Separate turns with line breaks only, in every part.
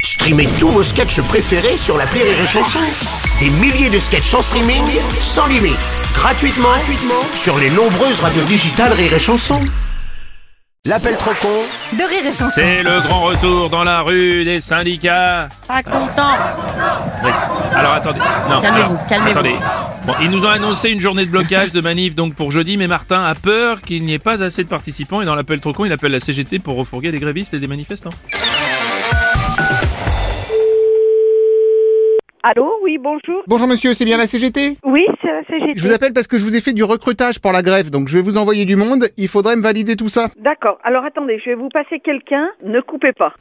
Streamez tous vos sketchs préférés sur la Rire et Chanson. Des milliers de sketchs en streaming, sans limite, gratuitement, gratuitement sur les nombreuses radios digitales Rire et Chanson. L'appel trop con
de rire et chanson.
C'est le grand retour dans la rue des syndicats.
Pas content.
Oui. Alors attendez. Non,
Calmez-vous,
alors,
calmez-vous.
Attendez. Bon, ils nous ont annoncé une journée de blocage de manif donc pour jeudi, mais Martin a peur qu'il n'y ait pas assez de participants et dans l'appel trop con, il appelle la CGT pour refourguer des grévistes et des manifestants.
Allô, oui, bonjour.
Bonjour monsieur, c'est bien la CGT
Oui, c'est la CGT.
Je vous appelle parce que je vous ai fait du recrutage pour la grève, donc je vais vous envoyer du monde, il faudrait me valider tout ça.
D'accord. Alors attendez, je vais vous passer quelqu'un. Ne coupez pas.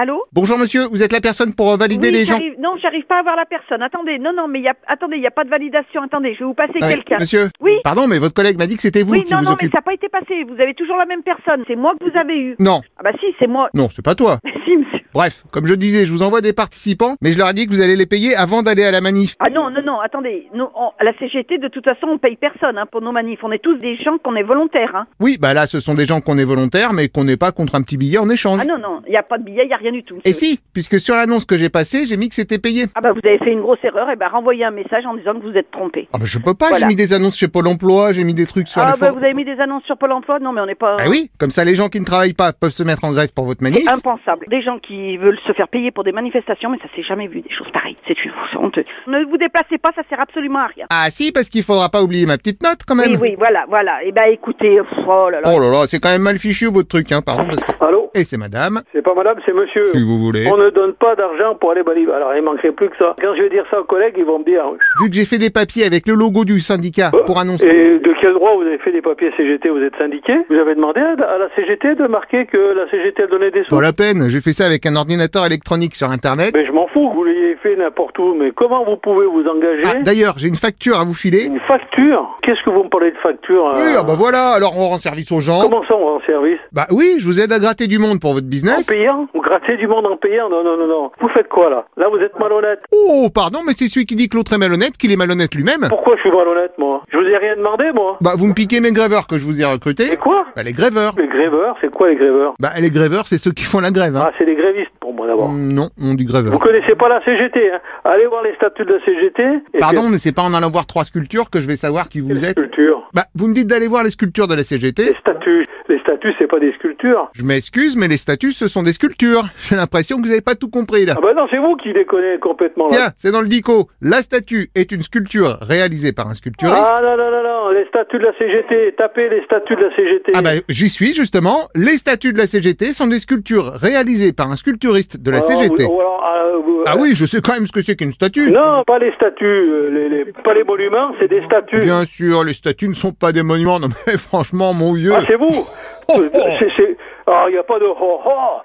Allô
Bonjour monsieur, vous êtes la personne pour euh, valider
Oui,
les gens.
j'arrive- Non, j'arrive pas à voir la personne. Attendez, non, non, mais il y a... attendez, il n'y a pas de validation. Attendez, je vais vous passer
Ouais,
quelqu'un.
Ah monsieur
Oui.
Pardon, mais votre collègue m'a dit que c'était vous
Oui,
qui
non,
vous
non, mais
occupe.
ça n'a pas été passé. Vous avez toujours la même personne. C'est moi que vous avez eu.
Non,
Ah bah si, c'est moi.
non, c'est pas toi.
si, monsieur.
Bref, comme je disais, je vous envoie des participants, mais je leur ai dit que vous allez les payer avant d'aller à la manif.
Ah non, non, non, attendez. Non, on- à la CGT, de toute façon, on paye personne hein, pour nos manifs. On est tous des gens qu'on est volontaires. Hein.
Oui, bah là, ce sont des gens qu'on est volontaires, mais qu'on n'est pas contre un petit billet en échange.
Ah non, non, il n'y a pas de billet, il n'y a rien du tout.
Et
monsieur.
si, puisque sur l'annonce que j'ai passée, j'ai mis que c'était payé.
Ah bah vous avez fait une grosse erreur, et ben renvoyez un message en disant que vous êtes trompé.
Ah bah je peux pas,
Voilà.
j'ai mis des annonces chez Pôle emploi, j'ai mis des trucs sur
Ah
les
bah
forums.
vous avez mis des annonces sur Pôle emploi Non mais on n'est pas...
Ah oui, comme ça les gens qui ne travaillent pas peuvent se mettre en grève pour votre manif.
C'est impensable. Des gens qui veulent se faire payer pour des manifestations, mais ça s'est jamais vu, des choses pareilles. C'est une c'est honteux. Ne vous déplacez pas, ça sert absolument à rien.
Ah si, parce qu'il faudra pas oublier ma petite note quand même.
Oui, oui, voilà, voilà. Et ben écoutez, pff, oh là là.
Oh là là, c'est quand même mal fichu votre truc, hein, pardon. Parce que...
Allô
Et c'est madame,
C'est pas madame, c'est monsieur.
si vous voulez.
On ne donne pas d'argent pour aller balayer. Alors, il manquerait plus que ça. Quand je vais dire ça aux collègues, ils vont me dire.
Vu que j'ai fait des papiers avec le logo du syndicat pour annoncer.
Et de quel droit vous avez fait des papiers CGT Vous êtes syndiqué Vous avez demandé à, à la CGT de marquer que la CGT a donné des sous
Pas la peine, j'ai fait ça avec un ordinateur électronique sur internet.
Mais je m'en fous que vous l'ayez fait n'importe où. Mais comment vous pouvez vous engager
Ah, d'ailleurs, j'ai une facture à vous filer.
Une facture Qu'est-ce que vous me parlez de facture
Oui,
euh,
ah bah voilà, alors on rend service aux gens.
Comment ça, on va en service
Bah oui, je vous aide à gratter du monde pour votre
En
business.
payant Vous grattez du monde en payant Non, non, non, non. Vous faites quoi, là Là, vous êtes malhonnête.
Oh, pardon, mais c'est celui qui dit que l'autre est malhonnête qu'il est malhonnête lui-même.
Pourquoi je suis malhonnête, moi Je vous ai rien demandé, moi.
Bah vous me piquez mes grèveurs que je vous ai recrutés.
Et quoi
Bah les grèveurs.
Les gréveurs, c'est quoi les gréveurs
Bah les grèveurs, c'est ceux qui font la grève. Hein.
Ah, c'est des grévistes pour moi d'abord.
Mm, Non, on dit
Vous
grèveur.
connaissez pas la CGT, hein Allez voir les statuts de la CGT. et
Pardon, mais c'est pas en allant voir trois sculptures que je vais savoir qui
puis
vous
les
êtes.
sculptures.
Bah, vous me dites d'aller voir les sculptures de la
Les
CGT.
statues. Les statues, c'est pas des sculptures.
Je m'excuse, mais les statues, ce sont des sculptures. J'ai l'impression que vous n'avez pas tout compris, là.
Ah bah non, c'est vous qui déconnez complètement là.
Tiens, c'est dans le dico. La statue est une sculpture réalisée par un sculpturiste.
Ah non, non, non, non, les statuts de la CGT, tapez les statuts de la CGT.
Ah bah, j'y suis, justement. Les statues de la CGT sont des sculptures réalisées par un sculpturiste de la
Alors,
CGT.
vous- ou alors, ah, vous-
Ah oui, je sais quand même ce que c'est qu'une statue.
Non, pas les statues, euh, les, les- pas les monuments, c'est des statues.
Bien sûr, les statues ne sont pas des monuments. Non mais franchement, mon vieux.
Ah, c'est vous
Oh, oh.
C'est- c'est- Ah, il n'y a pas de ho ho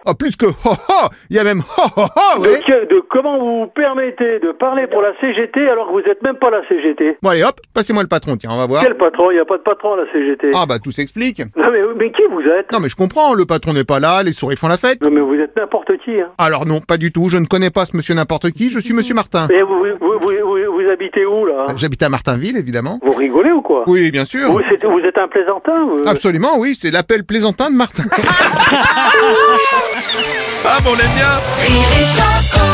Ah, plus que ho ho, il y a même ho ho ho,
De
oui.
quel- de comment vous vous permettez de parler pour la CGT alors que vous n'êtes même pas la CGT
Bon allez hop, passez-moi le patron, tiens, on va voir.
Quel patron Il n'y a pas de patron à la CGT.
Ah bah tout s'explique.
Non mais, mais qui vous êtes
Non mais je comprends, le patron n'est pas là, les souris font la fête.
Non mais vous êtes n'importe qui. Hein.
Alors non, pas du tout, je ne connais pas ce monsieur n'importe qui, je suis monsieur Martin.
Et vous, vous, vous, vous- vous habitez où là
J'habite à Martinville, évidemment.
Vous rigolez ou quoi
Ah, Oui, Ah, bien sûr.
vous, c'est- vous êtes un plaisantin vous
Absolument, oui, c'est l'appel plaisantin de Martin.
Ah bon, on l'aime bien
Rire et chanson.